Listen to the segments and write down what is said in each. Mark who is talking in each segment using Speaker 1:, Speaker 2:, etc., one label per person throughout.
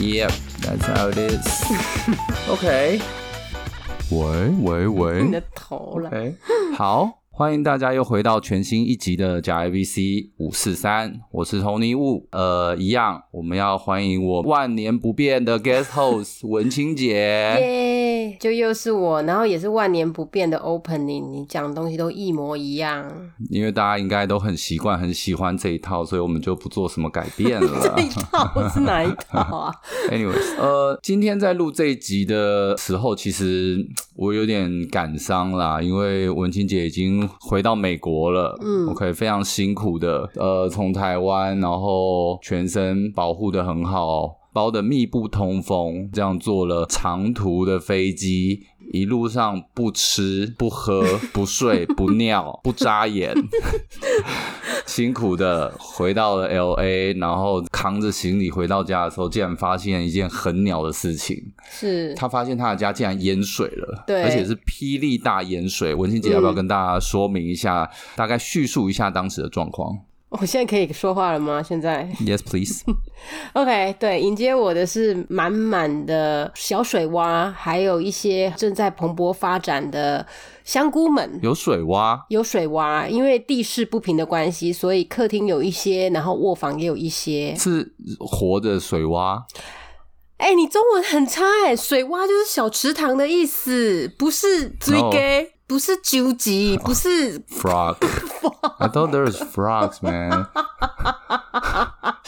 Speaker 1: Yep, that's how it is. OK
Speaker 2: 喂喂
Speaker 3: 你
Speaker 2: 喂
Speaker 3: 的头了。
Speaker 1: OK，
Speaker 2: 好，欢迎大家又回到全新一集的假 ABC 五四三，我是 Tony Wu。呃，一样，我们要欢迎我万年不变的 guest host 文清姐。
Speaker 3: 耶就又是我，然后也是万年不变的 opening，你讲的东西都一模一样。
Speaker 2: 因为大家应该都很习惯、很喜欢这一套，所以我们就不做什么改变了
Speaker 3: 这。一套是哪一套 啊？
Speaker 2: Anyways，呃，今天在录这一集的时候，其实我有点感伤啦，因为文清姐已经回到美国了。
Speaker 3: 嗯
Speaker 2: ，OK，非常辛苦的，呃，从台湾，然后全身保护的很好，包的密不通风，这样坐了长途的飞机。一路上不吃不喝不睡不尿 不眨眼，辛苦的回到了 L A，然后扛着行李回到家的时候，竟然发现一件很鸟的事情。
Speaker 3: 是
Speaker 2: 他发现他的家竟然淹水了，
Speaker 3: 对
Speaker 2: 而且是霹雳大淹水。文清姐要不要
Speaker 3: 嗯
Speaker 2: 跟大家说明一下，大概叙述一下当时的状况
Speaker 3: 我现在可以说话了吗？现在
Speaker 2: ？Yes, please。
Speaker 3: OK，对，迎接我的是满满的小水洼，还有一些正在蓬勃发展的香菇们。
Speaker 2: 有水洼，
Speaker 3: 有水洼，因为地势不平的关系，所以客厅有一些，然后卧房也有一些。
Speaker 2: 是活的水洼，
Speaker 3: 哎、你中文很差哎、水洼就是小池塘的意思，不是追
Speaker 2: No
Speaker 3: 给，不是纠集，不是
Speaker 2: frog。I thought there was frogs, man 。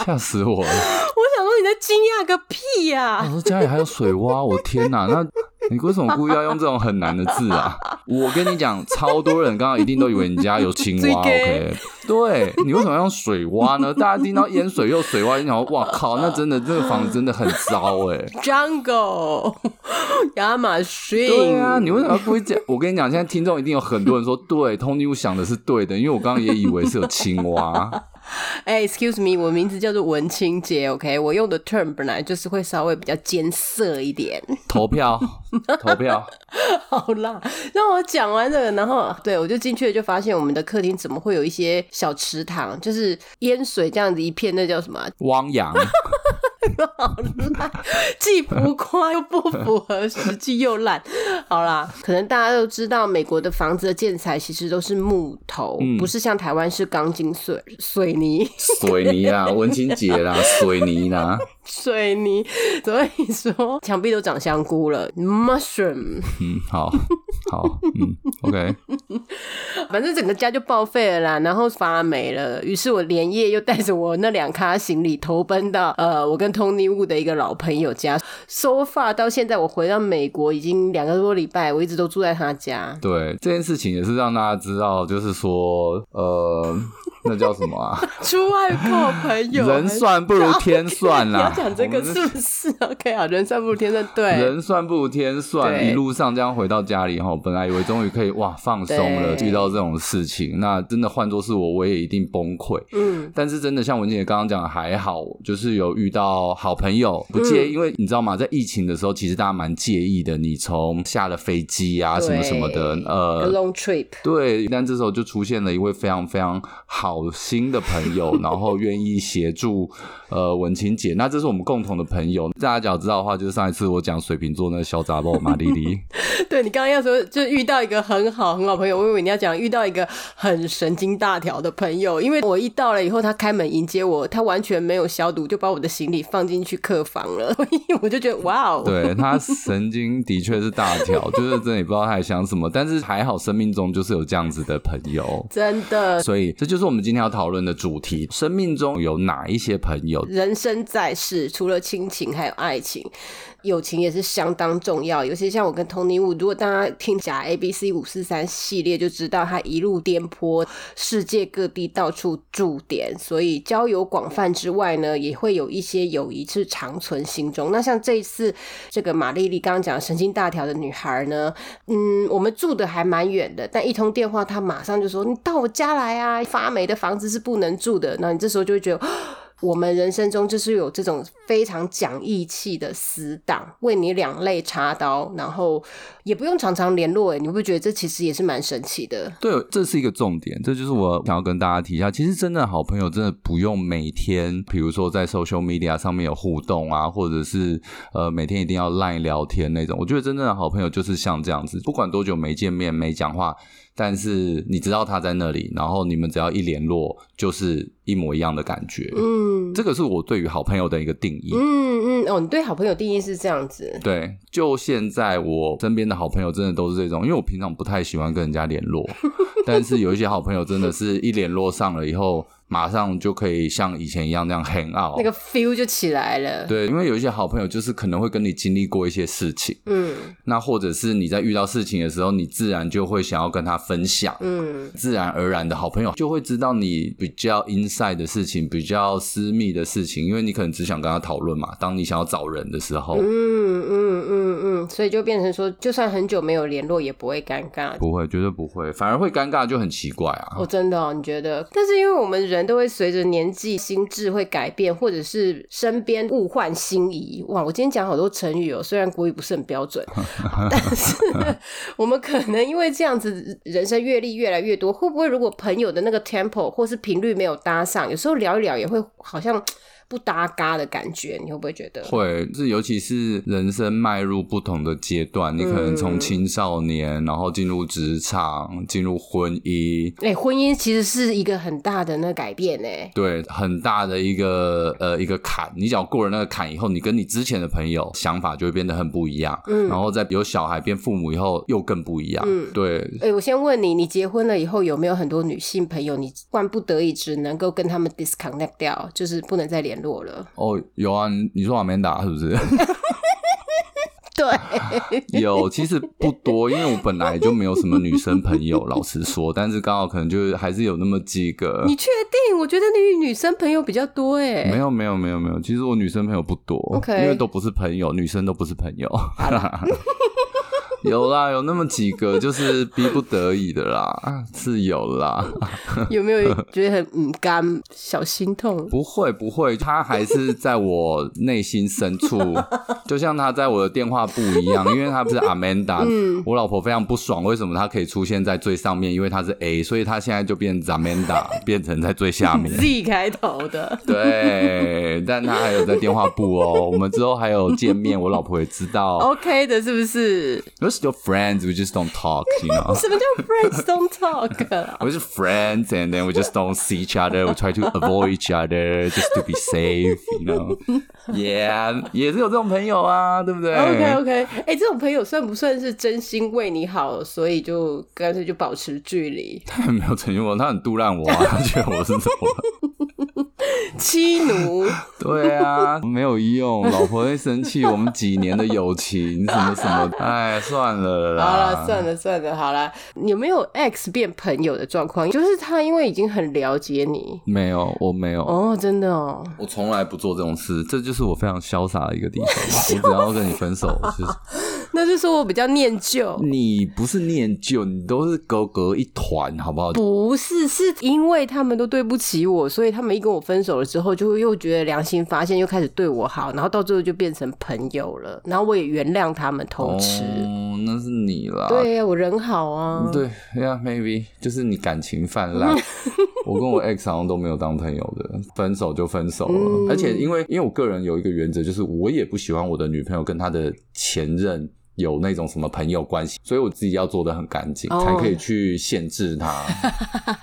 Speaker 2: 吓死我了！
Speaker 3: 我想说你在惊讶个屁呀、
Speaker 2: 我说家里还有水洼，我天哪！那你为什么故意要用这种很难的字啊？我跟你讲，超多人刚刚一定都以为你家有青
Speaker 3: 最
Speaker 2: 蛙。
Speaker 3: gay
Speaker 2: OK，对你为什么要用水蛙呢？大家听到淹水又水蛙，你想说，哇靠，那真的这个房子真的很糟哎、
Speaker 3: Jungle，亚马逊。
Speaker 2: 对啊，你为什么要故意讲？我跟你讲，现在听众一定有很多人说，对，Tony 我想的是对的，因为我刚刚也以为是有青蛙。
Speaker 3: 哎、e x c u s e me，我名字叫做文清姐，OK，我用的 term 本来就是会稍微比较艰涩一点。
Speaker 2: 投票，投票，
Speaker 3: 好啦，让我讲完这个，然后对我就进去了，就发现我们的客厅怎么会有一些小池塘，就是淹水这样子一片，那叫什么啊？
Speaker 2: 汪洋。
Speaker 3: 既浮夸又不符合实际又烂。好啦，可能大家都知道，美国的房子的建材其实都是木头，
Speaker 2: 嗯
Speaker 3: 不是像台湾是钢筋水水泥。
Speaker 2: 水泥啦，文清姐啦，水泥啦，
Speaker 3: 水泥，所以说墙壁都长香菇了，mushroom，
Speaker 2: 嗯，好，好，嗯，OK。
Speaker 3: 反正整个家就报废了啦，然后发霉了。于是我连夜又带着我那两咖行李投奔到呃，我跟 Tony Wu 的一个老朋友家。So far 到现在，我回到美国已经两个多礼拜，我一直都住在他家。
Speaker 2: 对这件事情也是让大家知道，就是说，呃，那叫什么 啊？
Speaker 3: 出外靠朋友，
Speaker 2: 人算不如天算
Speaker 3: 你要
Speaker 2: 啦。
Speaker 3: 讲这
Speaker 2: 我
Speaker 3: 个
Speaker 2: 们
Speaker 3: 是不是 ？OK 啊，人算不如天算，对。
Speaker 2: 人算不如天算，
Speaker 3: 对
Speaker 2: 一路上这样回到家里哈，本来以为终于可以哇放松了，
Speaker 3: 对
Speaker 2: 遇到这种事情，那真的换作是我，我也一定崩溃。
Speaker 3: 嗯，
Speaker 2: 但是真的像文姐刚刚讲的还好，就是有遇到好朋友不介
Speaker 3: 嗯
Speaker 2: 意，因为你知道吗，在疫情的时候，其实大家蛮介意的。你从下了飞机啊，什么什么的
Speaker 3: 对，
Speaker 2: 呃
Speaker 3: A，long trip，
Speaker 2: 对，但这时候就出现了一位非常非常好心的朋友，然后愿意协助呃文琴姐。那这是我们共同的朋友，大家只要知道的话，就是上一次我讲水瓶座那个小杂包马丽 丽，
Speaker 3: 对你刚刚要说就遇到一个很好很好朋友，我以为你要讲遇到一个很神经大条的朋友，因为我一到了以后，他开门迎接我，他完全没有消毒，就把我的行李放进去客房了，所以我就觉得哇哦，
Speaker 2: 对她神经的确是大条，就是真的也不知道她在想什么。但是还好，生命中就是有这样子的朋友，
Speaker 3: 真的，
Speaker 2: 所以这就是我们今天要讨论的主题：生命中有哪一些朋友？
Speaker 3: 人生在世，除了亲情还有爱情，友情也是相当重要。尤其像我跟 Tony Wu，如果大家听假 A B C 五四三系列，就知道他一路颠簸世界各地，到处驻点，所以交友广泛之外呢，也会有一些友谊是长存心中。那像这一次这个玛丽丽刚刚讲的神经大条的女孩呢，嗯，我们住的还蛮远的，但一通电话，她马上就说：“你到我家来啊！发霉的房子是不能住的。”那你这时候就会觉得。我们人生中就是有这种非常讲义气的死党，为你两肋插刀，然后也不用常常联络、欸，你不觉得这其实也是蛮神奇的？
Speaker 2: 对，这是一个重点，这就是我想要跟大家提一下。其实真的好朋友真的不用每天，比如说在 social media 上面有互动啊，或者是呃每天一定要 line 聊天那种。我觉得真正的好朋友就是像这样子，不管多久没见面、没讲话，但是你知道他在那里，然后你们只要一联络，就是一模一样的感觉。
Speaker 3: 嗯
Speaker 2: 这个是我对于好朋友的一个定义。
Speaker 3: 嗯嗯，哦，你对好朋友定义是这样子，
Speaker 2: 对，就现在我身边的好朋友真的都是这种，因为我平常不太喜欢跟人家联 络，但是有一些好朋友真的是一联络上了以后，马上就可以像以前一样那样 hang out。
Speaker 3: 那个 feel 就起来 了。
Speaker 2: 对，因为有一些好朋友就是可能会跟你经历过一些事情，
Speaker 3: 嗯
Speaker 2: 那或者是你在遇到事情的时候，你自然就会想要跟他分享。
Speaker 3: 嗯
Speaker 2: 自然而然的好朋友就会知道你比较 inside 的事情，比较私密的事情，因为你可能只想跟他讨论嘛。当你想要找人的时候，
Speaker 3: 嗯嗯嗯嗯，所以就变成说，就算很久没有联络，也不会尴尬。
Speaker 2: 不会，绝对不会，反而会尴尬，就很奇怪啊。
Speaker 3: 哦，真的、哦，你觉得？但是因为我们人都会随着年纪、心智会改变，或者是身边物换星移。哇，我今天讲好多成语哦，虽然国语不是很标准，但是呢我们可能因为这样子，人生阅历越来越多，会不会如果朋友的那个 tempo 或是频率没有搭上，有时候聊一聊也会好像不搭嘎的感觉？你会不会觉得？
Speaker 2: 会，是尤其是人生迈入不同的阶段，你可
Speaker 3: 嗯
Speaker 2: 能从青少年，然后进入职场，进入婚姻，
Speaker 3: 哎、婚姻其实是一个很大的那个改变哎。
Speaker 2: 对，很大的一个呃一个坎。你只要过了那个坎以后，你跟你之前的朋友想法就会变得很不一样。
Speaker 3: 嗯
Speaker 2: 然后在有小孩变父母以后，又更不一样。
Speaker 3: 嗯
Speaker 2: 对，
Speaker 3: 哎、我先问你，你结婚了以后有没有很多女性朋友，你万不得已只能够跟他们 disconnect 掉，就是不能再联络了？
Speaker 2: 哦，有啊，你你说阿曼达是不是？
Speaker 3: 对，
Speaker 2: 有，其实不多，因为我本来就没有什么女生朋友，老实说，但是刚好可能就是还是有那么几个。
Speaker 3: 你确定？我觉得你女生朋友比较多哎、
Speaker 2: 没有没有没有没有，其实我女生朋友不多
Speaker 3: OK
Speaker 2: 因为都不是朋友，女生都不是朋 友。有啦，有那么几个就是逼不得已的啦，是有啦。
Speaker 3: 有 没有觉得很嗯干，小心痛？
Speaker 2: 不会不会，他还是在我内心深处，就像他在我的电话簿一样，因为他不是 Amanda，、我老婆非常不爽，为什么他可以出现在最上面？因为他是 A，所以他现在就变 Amanda，变成在最下 面。
Speaker 3: Z 开头的，
Speaker 2: 对，但他还有在电话簿哦。我们之后还有见面，我老婆也知道。
Speaker 3: OK 的，是不是？
Speaker 2: We're still friends, we just don't talk, you know.
Speaker 3: 什么叫 friends don't talk？啊
Speaker 2: We're just friends, and then we just don't see each other. We try to avoid each other just to be safe, you know. Yeah，也是有这种朋友啊，对不 对
Speaker 3: OK OK，哎、这种朋友算不算是真心为你好，所以就干脆就保持距离？
Speaker 2: 他没有承认我，他很杜烂我啊， 他觉得我是怎么了？
Speaker 3: 妻奴。
Speaker 2: 对啊，没有用，老婆会生气。我们几年的友情，什么什么，哎，算了啦。
Speaker 3: 好了，啊算了算了，好了，有没有 X 变朋友的状况？就是他因为已经很了解你
Speaker 2: 没有，我没有。
Speaker 3: 哦，真的哦，
Speaker 2: 我从来不做这种事，这就是我非常潇洒的一个地方。 我只要跟你分手，就是
Speaker 3: 那就说我比较念旧，
Speaker 2: 你不是念旧，你都是狗狗一团，好不好？
Speaker 3: 不是，是因为他们都对不起我，所以他们一跟我分手了之后，就会又觉得良心发现，又开始对我好，然后到最后就变成朋友了，然后我也原谅他们偷吃。
Speaker 2: 哦，嗯那是你啦。
Speaker 3: 对呀、我人好啊。
Speaker 2: 对呀、m a y b e 就是你感情泛 滥。我跟我 ex 好像都没有当朋友的，分手就分手了。
Speaker 3: 嗯
Speaker 2: 而且因为因为我个人有一个原则，就是我也不喜欢我的女朋友跟她的前任。有那种什么朋友关系，所以我自己要做的很干净
Speaker 3: 哦
Speaker 2: 才可以去限制她。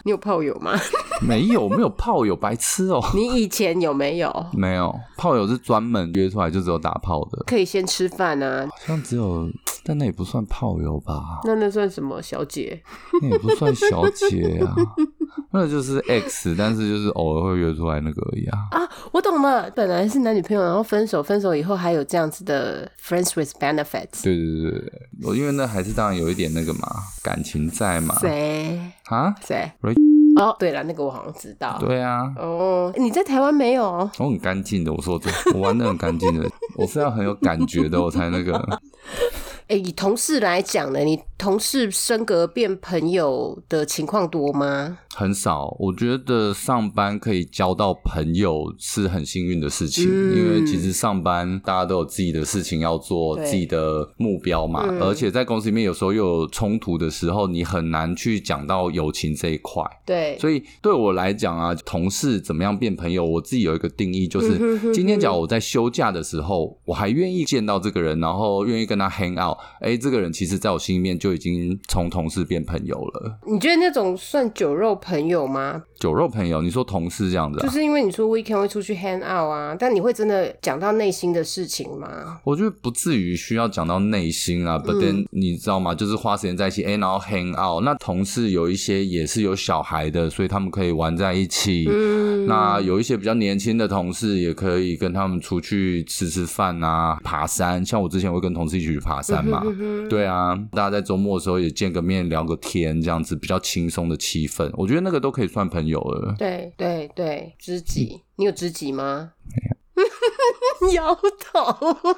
Speaker 3: 你有炮友吗？
Speaker 2: 没有，没有炮友，白痴哦、
Speaker 3: 你以前有没有？
Speaker 2: 没有，炮友是专门约出来就只有打炮的，
Speaker 3: 可以先吃饭啊，
Speaker 2: 好像只有，但那也不算炮友吧，
Speaker 3: 那那算什么小姐？
Speaker 2: 那也不算小姐啊，那就是 X，但是就是偶尔会约出来那个而已啊。
Speaker 3: 啊，我懂了，本来是男女朋友，然后分手，分手以后还有这样子的 friends with benefits。
Speaker 2: 对对对对对，我因为那还是当然有一点那个嘛，感情在嘛。
Speaker 3: 谁
Speaker 2: 啊，
Speaker 3: 谁
Speaker 2: Ray-？
Speaker 3: 哦，对了，那个我好像知道。
Speaker 2: 对啊，
Speaker 3: 哦，你在台湾没有？
Speaker 2: 我很干净的，我说真的，我玩的很干净的，我是要很有感觉的，我才那个。
Speaker 3: 哎，以同事来讲呢，你同事升格变朋友的情况多吗？
Speaker 2: 很少，我觉得上班可以交到朋友是很幸运的事情，
Speaker 3: 嗯
Speaker 2: 因为其实上班大家都有自己的事情要做，
Speaker 3: 对
Speaker 2: 自己的目标嘛，
Speaker 3: 嗯
Speaker 2: 而且在公司里面有时候又有冲突的时候，你很难去讲到友情这一块。
Speaker 3: 对，
Speaker 2: 所以对我来讲啊，同事怎么样变朋友，我自己有一个定义，就是、
Speaker 3: 嗯哼哼
Speaker 2: 今天假
Speaker 3: 哼
Speaker 2: 如我在休假的时候，我还愿意见到这个人，然后愿意跟他 hang out，哎，这个人其实在我心里面就已经从同事变朋友了，
Speaker 3: 你觉得那种算酒肉朋友吗？
Speaker 2: 酒肉朋友。你说同事这样子、啊，
Speaker 3: 就是因为你说 weekend 会出去 hang out 啊，但你会真的讲到内心的事情吗？
Speaker 2: 我觉得不至于需要讲到内心啊，but
Speaker 3: 嗯
Speaker 2: then、你知道吗？就是花时间在一起，哎、然后 hang out。那同事有一些也是有小孩的，所以他们可以玩在一起。
Speaker 3: 嗯，
Speaker 2: 那有一些比较年轻的同事，也可以跟他们出去吃吃饭啊，爬山。像我之前会跟同事一起去爬山
Speaker 3: 嗯
Speaker 2: 嘛，对啊，大家在周末的时候也见个面，聊个天，这样子比较轻松的气氛，我觉得那个都可以算朋友了。
Speaker 3: 对对对，知己，你有知己吗？ 摇头。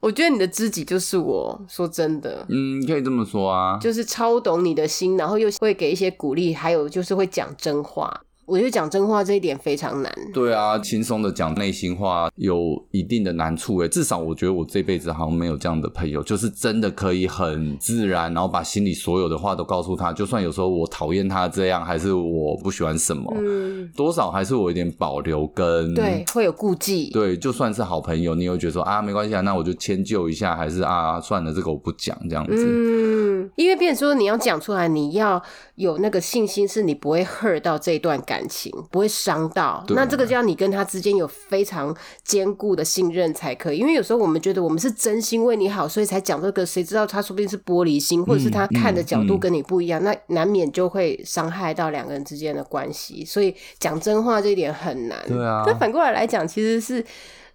Speaker 3: 我觉得你的知己就是我，说真的，
Speaker 2: 嗯，可以这么说啊。
Speaker 3: 就是超懂你的心，然后又会给一些鼓励，还有就是会讲真话。我觉得讲真话这一点非常难。
Speaker 2: 对啊，轻松的讲内心话有一定的难处欸诶，至少我觉得我这辈子好像没有这样的朋友，就是真的可以很自然，然后把心里所有的话都告诉他，就算有时候我讨厌他这样，还是我不喜欢什么，
Speaker 3: 嗯，
Speaker 2: 多少还是我有点保留跟
Speaker 3: 对，会有顾忌。
Speaker 2: 对就算是好朋友，你也会觉得说啊没关系啊，那我就迁就一下，还是啊算了，这个我不讲这样子。
Speaker 3: 嗯，因为变成说你要讲出来，你要有那个信心，是你不会 hurt 到这一段感情，不会伤到。
Speaker 2: 对啊
Speaker 3: 那这个就要你跟他之间有非常坚固的信任才可以。因为有时候我们觉得我们是真心为你好，所以才讲这个，谁知道他说不定是玻璃心，或者是他看的角度跟你不一样，那难免就会伤害到两个人之间的关系。所以讲真话这一点很难。
Speaker 2: 对啊，
Speaker 3: 但反过来来讲，其实是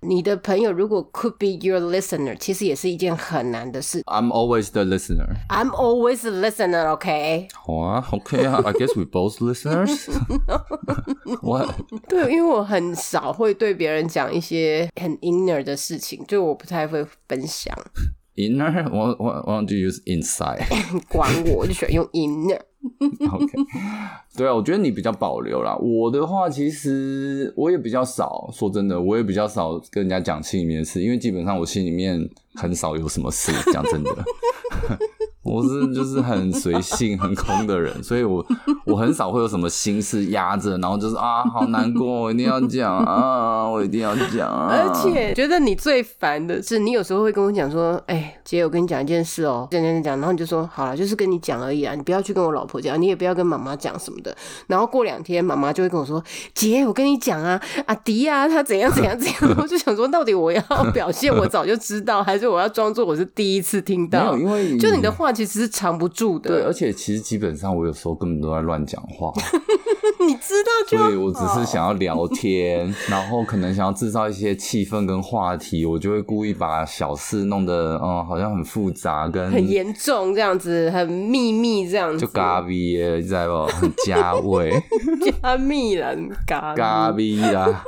Speaker 3: 你的朋友如果 could be your listener，其实也是一件很难的事。
Speaker 2: I'm always the listener。
Speaker 3: I'm always a listener, OK？
Speaker 2: 好啊，OK 啊，I guess we both listeners 。What？
Speaker 3: 对，因为我很少会对别人讲一些很 inner 的事情，就我不太会分享。
Speaker 2: inner want want want to use inside
Speaker 3: 你管我，我就喜欢用 inner。
Speaker 2: OK，对啊，我觉得你比较保留啦。我的话，其实我也比较少，说真的，我也比较少跟人家讲心里面的事，因为基本上我心里面很少有什么事。讲真的， 我是就是很随性、很空的人，所以我我很少会有什么心事压着，然后就是啊，好难过，我一定要讲啊，我一定要讲、啊。
Speaker 3: 而且觉得你最烦的是，你有时候会跟我讲说：“哎、姐，我跟你讲一件事哦、讲讲讲讲。”然后你就说：“好了，就是跟你讲而已啊，你不要去跟我老婆讲，你也不要跟妈妈讲什么的。”然后过两天，妈妈就会跟我说：“姐，我跟你讲啊，阿迪啊，他怎样怎样怎样。”我就想说，到底我要表现我早就知道，还是我要装作我是第一次听
Speaker 2: 没有，？
Speaker 3: 到
Speaker 2: 因为
Speaker 3: 就你的话其实是藏不住
Speaker 2: 对，而
Speaker 3: 的，
Speaker 2: 且其实基本上我有时候根本都在乱讲话。
Speaker 3: 你知道就
Speaker 2: 所以我只是想
Speaker 3: 啊
Speaker 2: 要 聊天，然后可能想要制造一些气氛跟话题，我就会故意把小事弄得嗯好像很复杂，跟
Speaker 3: 很严重这样子，很秘密这样子，
Speaker 2: 嗯就 咖喱耶，你知道不？很加味
Speaker 3: 加密了，嘎
Speaker 2: 咖喱啦。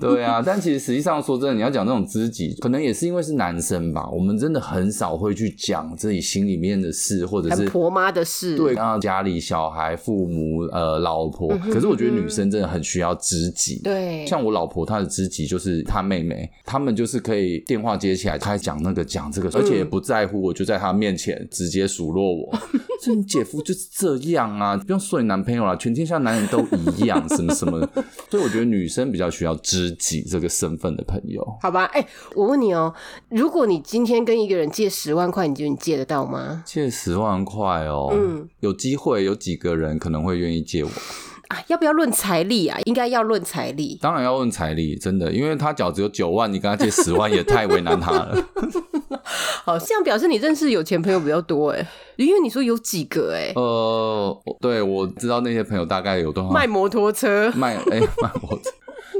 Speaker 2: 对啊，但其实实际上说真的，你要讲这种知己，可能也是因为是男生吧，我们真的很少会去讲自己心里面的事，或者
Speaker 3: 很
Speaker 2: 是
Speaker 3: 婆妈的事，
Speaker 2: 对，然后家里小孩、父母、呃，老婆。
Speaker 3: 嗯
Speaker 2: 可是我觉得女生真的很需要知己。
Speaker 3: 对，
Speaker 2: 像我老婆她的知己就是她妹妹，她们就是可以电话接起来，她讲那个讲这
Speaker 3: 嗯
Speaker 2: 个，而且也不在乎，我就在她面前直接数落 我。这你姐夫就是这样啊，不用说你男朋友啦，全天下男人都一样，什么什 么。所以我觉得女生比较需要知己这个身份的朋友。
Speaker 3: 好吧，哎、我问你哦、如果你今天跟一个人借十万块，你觉得你借得到吗？
Speaker 2: 借十万块哦，
Speaker 3: 嗯
Speaker 2: 有机会有几个人可能会愿意借我？
Speaker 3: 啊，要不要论财力啊？应该要论财力。
Speaker 2: 当然要问彩礼，真的，因为他脚只有九万，你跟他借十万也太为难他 了。
Speaker 3: 好像表示你认识有钱朋友比较多哎、因为你说有几个哎、
Speaker 2: 呃，对，我知道那些朋友大概有多少
Speaker 3: 卖摩托车，
Speaker 2: 卖哎、卖我，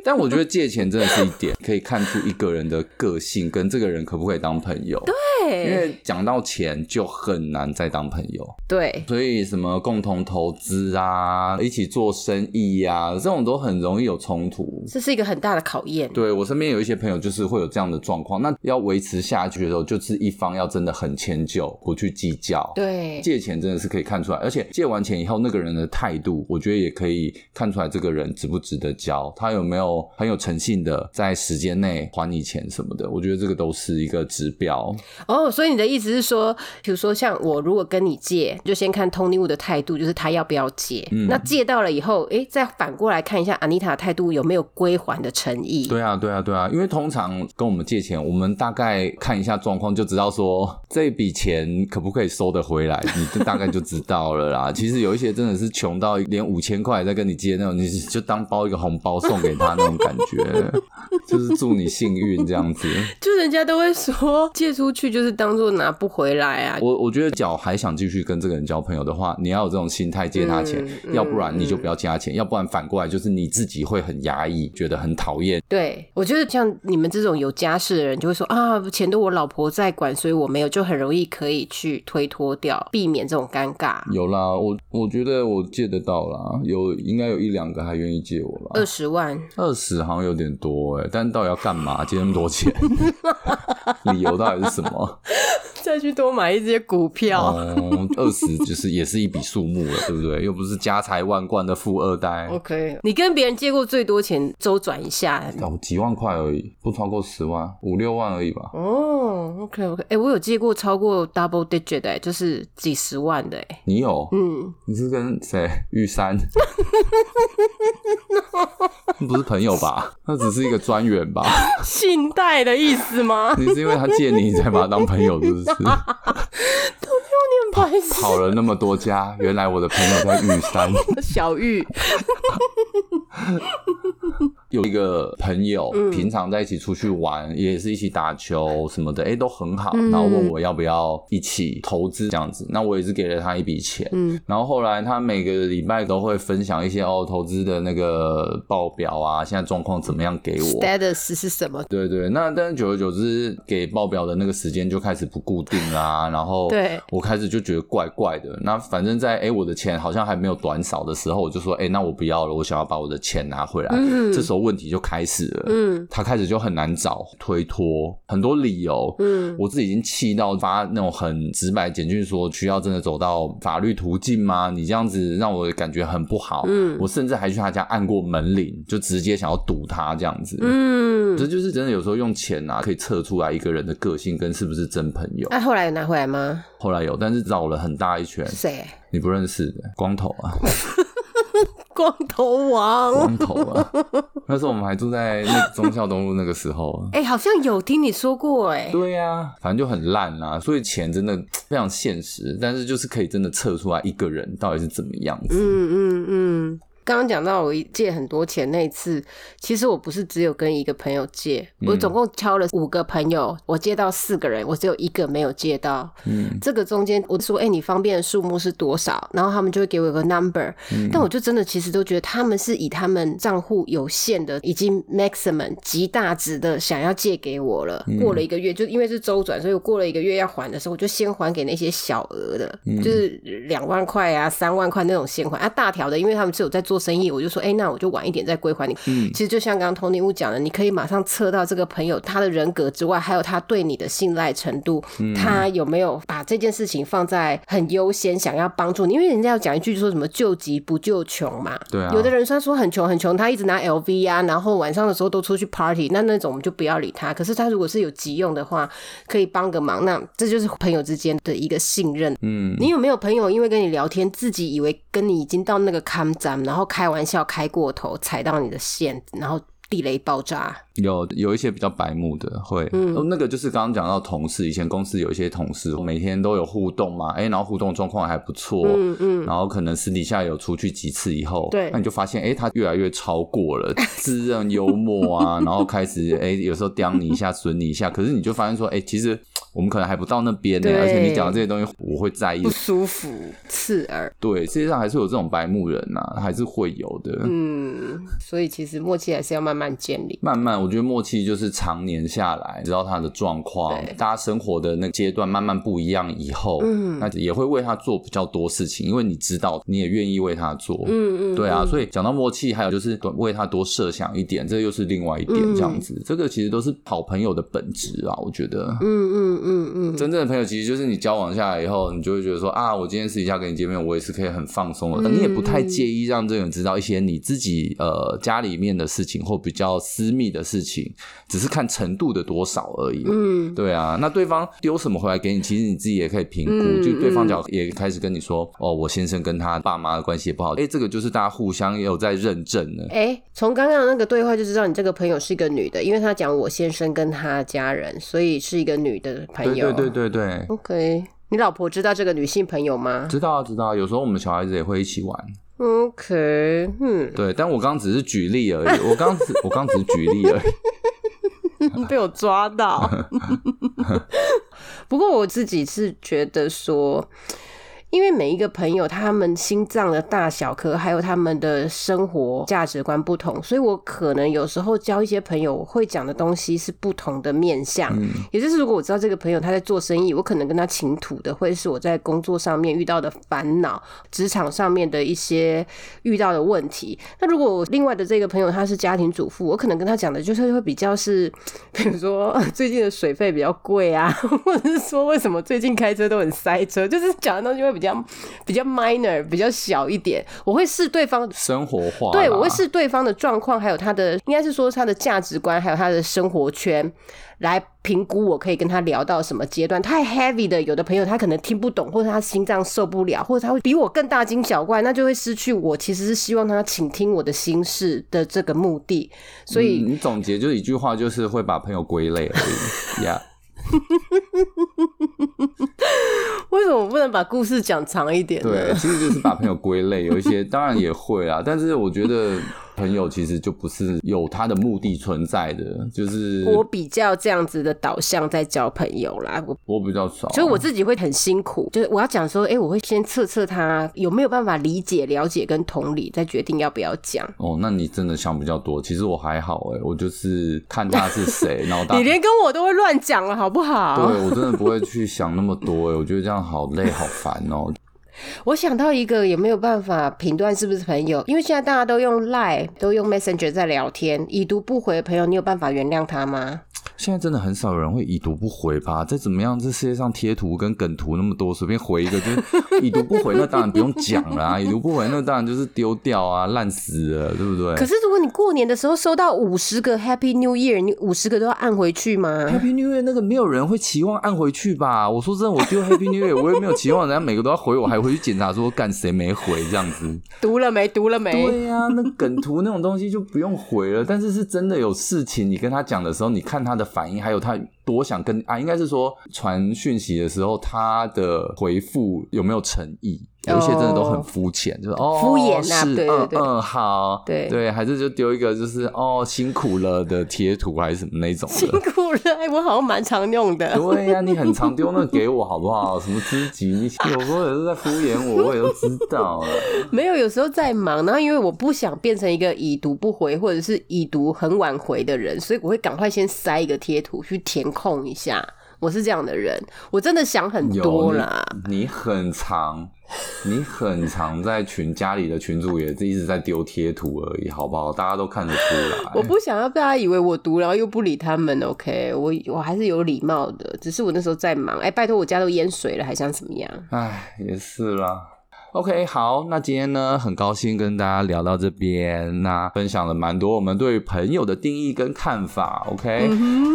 Speaker 2: 但我觉得借钱真的是一点可以看出一个人的个性跟这个人可不可以当朋友。对，因
Speaker 3: 对
Speaker 2: 为讲到钱就很难再当朋友，
Speaker 3: 对
Speaker 2: 所以什么共同投资啊，一起做生意啊，这种都很容易有冲突。
Speaker 3: 这是一个很大的考验。
Speaker 2: 对我身边有一些朋友就是会有这样的状况，那要维持下去的时候，就是一方要真的很迁就，不去计较。
Speaker 3: 对
Speaker 2: 借钱真的是可以看出来，而且借完钱以后那个人的态度，我觉得也可以看出来这个人值不值得交，他有没有很有诚信的在时间内还你钱什么的，我觉得这个都是一个指标。
Speaker 3: 哦，所以你的意思是说，比如说像我如果跟你借，就先看 Tony Wu 的态度，就是他要不要借。那借到了以后，诶，再反过来看一下 Anita 的态度有没有归还的诚意。
Speaker 2: 对啊，对啊，对啊，因为通常跟我们借钱，我们大概看一下状况就知道说这笔钱可不可以收得回来，你就大概就知道了 啦。其实有一些真的是穷到连五千块在跟你借那种，你就当包一个红包送给他那种感觉，就是祝你幸运这样子。
Speaker 3: 就人家都会说借出去就是当做拿不回来啊。
Speaker 2: 我我觉得，脚还想继续跟这个人交朋友的话，你要有这种心态借他钱，
Speaker 3: 嗯嗯
Speaker 2: 要不然你就不要借他钱，要不然反过来就是你自己会很压抑，觉得很讨厌。
Speaker 3: 对，我觉得像你们这种有家室的人，就会说啊，钱都我老婆在管，所以我没有，就很容易可以去推脱掉，避免这种尴尬。
Speaker 2: 有啦，我我觉得我借得到啦，有应该有一两个还愿意借我啦。
Speaker 3: 二十万，
Speaker 2: 二十好像有点多哎、但到底要干嘛借那么多 钱？理由到底是什么？
Speaker 3: 再去多买一些股票。
Speaker 2: 哦，二十就是也是一笔数目了，对不对？又不是家财万贯的富二代，
Speaker 3: OK，你跟别人借过最多钱，周转一下。
Speaker 2: 哦，几万块而已，不超过十万，五六万而已吧。
Speaker 3: 哦，OK OK，哎、我有借过超过 double digit 的、欸就是几十万的、哎，
Speaker 2: 你有？
Speaker 3: 嗯，
Speaker 2: 你是跟谁？玉山？不是朋友吧？那只是一个专员吧？
Speaker 3: 信贷的意思吗？
Speaker 2: 你是因为他借你，你才把他当朋友，是不是？
Speaker 3: 不好意思，
Speaker 2: 跑了那么多家，原来我的朋友在玉山。
Speaker 3: 小玉，
Speaker 2: 有一个朋友，
Speaker 3: 嗯
Speaker 2: 平常在一起出去玩，也是一起打球什么的，哎、都很好。
Speaker 3: 嗯
Speaker 2: 然后问我要不要一起投资这样子，那我也是给了他一笔钱。
Speaker 3: 嗯，
Speaker 2: 然后后来他每个礼拜都会分享一些哦投资的那个报表啊，现在状况怎么样给我。
Speaker 3: status 是什么？
Speaker 2: 对对，那但是久而久之，给报表的那个时间就开始不固定啦、然后
Speaker 3: 对
Speaker 2: 我开始就觉得怪怪的。那反正在哎我的钱好像还没有短少的时候，我就说哎那我不要了，我想要把我的钱拿回来。
Speaker 3: 嗯
Speaker 2: 这时候问题就开始了，
Speaker 3: 嗯
Speaker 2: 他开始就很难找推脱，很多理由。
Speaker 3: 嗯，
Speaker 2: 我自己已经气到发那种很直白的简讯说，需要真的走到法律途径吗？你这样子让我感觉很不好。
Speaker 3: 嗯
Speaker 2: 我甚至还去他家按过门铃，就直接想要堵他这样子。
Speaker 3: 嗯，
Speaker 2: 这就是真的，有时候用钱啊，可以测出来一个人的个性跟是不是真朋友。
Speaker 3: 那、后来有拿回来吗？
Speaker 2: 后来有，但是绕了很大一圈，
Speaker 3: 谁？
Speaker 2: 你不认识的光头啊，
Speaker 3: 光头王。
Speaker 2: 光头啊。 那时候我们还住在那个忠孝东路那个时候啊。
Speaker 3: 哎、好像有听你说过哎、
Speaker 2: 对呀、反正就很烂啦、所以钱真的非常现实，但是就是可以真的测出来一个人到底是怎么样子。
Speaker 3: 嗯嗯嗯。刚刚讲到我借很多钱那一次，其实我不是只有跟一个朋友借，
Speaker 2: 嗯
Speaker 3: 我总共敲了五个朋友，我借到四个人，我只有一个没有借到。
Speaker 2: 嗯，
Speaker 3: 这个中间我说，哎、你方便的数目是多少？然后他们就会给我一个 number，、
Speaker 2: 嗯
Speaker 3: 但我就真的其实都觉得他们是以他们账户有限的，已经 maximum 极大值的想要借给我了。
Speaker 2: 嗯
Speaker 3: 过了一个月，就因为是周转，所以我过了一个月要还的时候，我就先还给那些小额的，
Speaker 2: 嗯
Speaker 3: 就是两万块啊、三万块那种先还啊，大条的，因为他们是有在做生意，我就说，哎、那我就晚一点再归还你。
Speaker 2: 嗯
Speaker 3: 其实就像刚刚 Tony Wu 讲的，你可以马上测到这个朋友他的人格之外，还有他对你的信赖程度，
Speaker 2: 嗯
Speaker 3: 他有没有把这件事情放在很优先，想要帮助你？因为人家有讲一句说什么“救急不救穷”嘛。
Speaker 2: 对啊
Speaker 3: 有的人虽然说很穷很穷，他一直拿 LV 啊，然后晚上的时候都出去 party，那那种我们就不要理他。可是他如果是有急用的话，可以帮个忙，那这就是朋友之间的一个信任。
Speaker 2: 嗯，
Speaker 3: 你有没有朋友因为跟你聊天，自己以为跟你已经到那个康站，然后开玩笑开过头，踩到你的线，然后地雷爆炸？
Speaker 2: 有有一些比较白目的会，哦那个就是刚刚讲到同事，以前公司有一些同事每天都有互动嘛，哎、然后互动状况还不错，
Speaker 3: 嗯嗯，
Speaker 2: 然后可能私底下有出去几次以后，
Speaker 3: 对
Speaker 2: 那你就发现，哎、他越来越超过 了，自认幽默啊，然后开始，哎、有时候刁你一下，损你一 下，可是你就发现说，哎、其实我们可能还不到那边呢，
Speaker 3: 对嗯
Speaker 2: 而且你讲的这些东西，我会在意
Speaker 3: 不，舒服，刺耳。
Speaker 2: 对，世界上还是有这种白目人呐、还是会有的。
Speaker 3: 嗯嗯，所以其实默契还是要慢慢建立。
Speaker 2: 慢慢，我觉得默契就是常年下来，知道他的状况
Speaker 3: 对，
Speaker 2: 大家生活的那个阶段慢慢不一样以后，
Speaker 3: 嗯
Speaker 2: 那也会为他做比较多事情，因为你知道，你也愿意为他做，
Speaker 3: 嗯嗯，
Speaker 2: 对啊，
Speaker 3: 嗯
Speaker 2: 所以讲到默契，还有就是多为他多设想一点，这又是另外一点
Speaker 3: 嗯
Speaker 2: 这样子。这个其实都是好朋友的本质啊，我觉得。
Speaker 3: 嗯嗯嗯嗯，
Speaker 2: 真正的朋友其实就是你交往下来以后，你就会觉得说啊，我今天私底下跟你见面，我也是可以很放松的，
Speaker 3: 嗯
Speaker 2: 你也不太介意让这个人知道一些你自己呃家里面的事情或比较私密的事情，只是看程度的多少而已。
Speaker 3: 嗯
Speaker 2: 对啊，那对方丢什么回来给你，其实你自己也可以评估。
Speaker 3: 嗯
Speaker 2: 就对方假如也开始跟你说，哦，我先生跟他爸妈的关系也不好，哎，这个就是大家互相也有在认证呢。
Speaker 3: 哎，从刚刚的那个对话就知道你这个朋友是一个女的，因为她讲我先生跟他家人，所以是一个女的朋
Speaker 2: 对
Speaker 3: 友。
Speaker 2: 对对对对，
Speaker 3: OK，你老婆知道这个女性朋友吗
Speaker 2: 知道啊知道啊，有时候我们小孩子也会一起玩。
Speaker 3: ？OK，嗯，
Speaker 2: 对，但我刚刚只是举例而 已，我刚只我刚只是举例而已。
Speaker 3: 嗯被我抓到。 不过我自己是觉得说。因为每一个朋友，他们心脏的大小可还有他们的生活价值观不同，所以我可能有时候交一些朋友我会讲的东西是不同的面向。
Speaker 2: 嗯
Speaker 3: 也就是如果我知道这个朋友他在做生意，我可能跟他倾吐的会是我在工作上面遇到的烦恼，职场上面的一些遇到的问题。那如果我另外的这个朋友他是家庭主妇，我可能跟他讲的就是会比较是， 比如说呃最近的水费比较贵啊， 或者是说为什么最近开车都很塞车，就是讲的东西会比较比较 minor 比较小一点。我会视对方
Speaker 2: 生活化啦，
Speaker 3: 对，我会视对方的状况，还有他的，应该是说他的价值观，还有他的生活圈，来评估我可以跟他聊到什么阶段。太 heavy 的，有的朋友他可能听不懂，或者他心脏受不了，或者他会比我更大惊小怪，那就会失去我其实是希望他倾听我的心事的这个目的。所以
Speaker 2: 嗯你总结就一句话，就是会把朋友归类而 已。呀、
Speaker 3: 为什么不能把故事讲长一点呢？
Speaker 2: 对，其实就是把朋友归类，有一 些当然也会啊，但是我觉得朋友其实就不是有他的目的存在的，就是
Speaker 3: 我比较这样子的导向在交朋友啦，我
Speaker 2: 我比较少，
Speaker 3: 所以我自己会很辛苦，就是我要讲说，哎、我会先测测他有没有办法理解、了解跟同理，再决定要不要讲。
Speaker 2: 哦，那你真的想比较多。其实我还好哎、我就是看他是 谁，然后大
Speaker 3: 你连跟我都会乱讲了，好不 好？
Speaker 2: 对我真的不会去想那么多哎、我觉得这样好累好烦哦、
Speaker 3: 我想到一个也没有办法评断是不是朋友，因为现在大家都用 Line，都用 Messenger 在聊天，已读不回的朋友，你有办法原谅他吗？
Speaker 2: 现在真的很少有人会已读不回吧？再怎么样，这世界上贴图跟梗图那么多，随便回一个就是已读不回，那当然不用讲啦、已读不回那当然就是丢掉啊，烂死了，对不对
Speaker 3: 可是如果你过年的时候收到五十个 Happy New Year，你五十个都要按回去吗？
Speaker 2: ？Happy New Year 那个没有人会期望按回去吧？我说真的，我丢 Happy New Year，我也没有期望人家每个都要回我，还回去检查说干谁没回这样子。
Speaker 3: 读了没？读了没？
Speaker 2: 对呀、那梗图那种东西就不用回了。但是是真的有事情，你跟他讲的时候，你看他的反应，还有他多想跟啊，应该是说传讯息的时候，他的回复有没有诚意？有一些真的都很肤浅，就是哦，
Speaker 3: 哦敷衍啊
Speaker 2: 是
Speaker 3: 对对对
Speaker 2: 嗯嗯，好，
Speaker 3: 对
Speaker 2: 对，还是就丢一个就是哦辛苦了的贴图还是什么那种
Speaker 3: 辛
Speaker 2: 的。
Speaker 3: 苦了，哎、我好像蛮常用的。
Speaker 2: 对呀、你很常丢那个给我好不好？什么知己，你有时候也是在敷衍我，我也都知道了。
Speaker 3: 没有，有时候在忙，然后因为我不想变成一个已读不回或者是已读很晚回的人，所以我会赶快先塞一个贴图去填空一下。我是这样的人，我真的想很
Speaker 2: 有啊
Speaker 3: 多啦。
Speaker 2: 你，你很常，你很常在群家里的群主也是一直在丢贴图而已，好不好？大家都看得出
Speaker 3: 我
Speaker 2: 来。
Speaker 3: 不想要被他以为我读，然后又不理他们。OK，我我还是有礼貌的，只是我那时候在忙。哎、拜托，我家都淹水了，还想怎么样？
Speaker 2: 唉，也是啦。OK，好，那今天呢，很高兴跟大家聊到这边，那分享了蛮多我们对朋友的定义跟看法。OK，、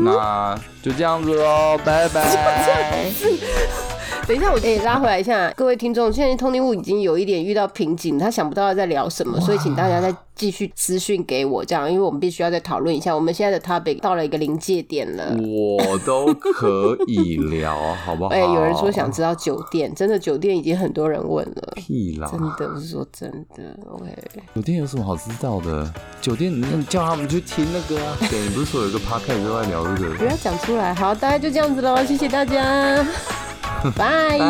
Speaker 2: 那
Speaker 3: 嗯
Speaker 2: 就这样子喽，拜拜。
Speaker 3: 等一下，我得哎拉回来一下，各位听众，现在通灵物已经有一点遇到瓶颈，他想不到要在聊什么，所以请大家再继续私讯给我，这样，因为我们必须要再讨论一下，我们现在的 topic 到了一个临界点了。
Speaker 2: 我都可以聊，好不好？
Speaker 3: 哎、有人说想知道酒店，真的酒店已经很多人问了，
Speaker 2: 屁啦，
Speaker 3: 真的，我是说真的，OK，
Speaker 2: 酒店有什么好知道的？酒店，你你叫他们去听那 个啊。对，你不是说有一个 podcast 都在聊这个？
Speaker 3: 不要讲出来，好，大概就这 样子喽，谢谢大家，拜。
Speaker 2: 拜。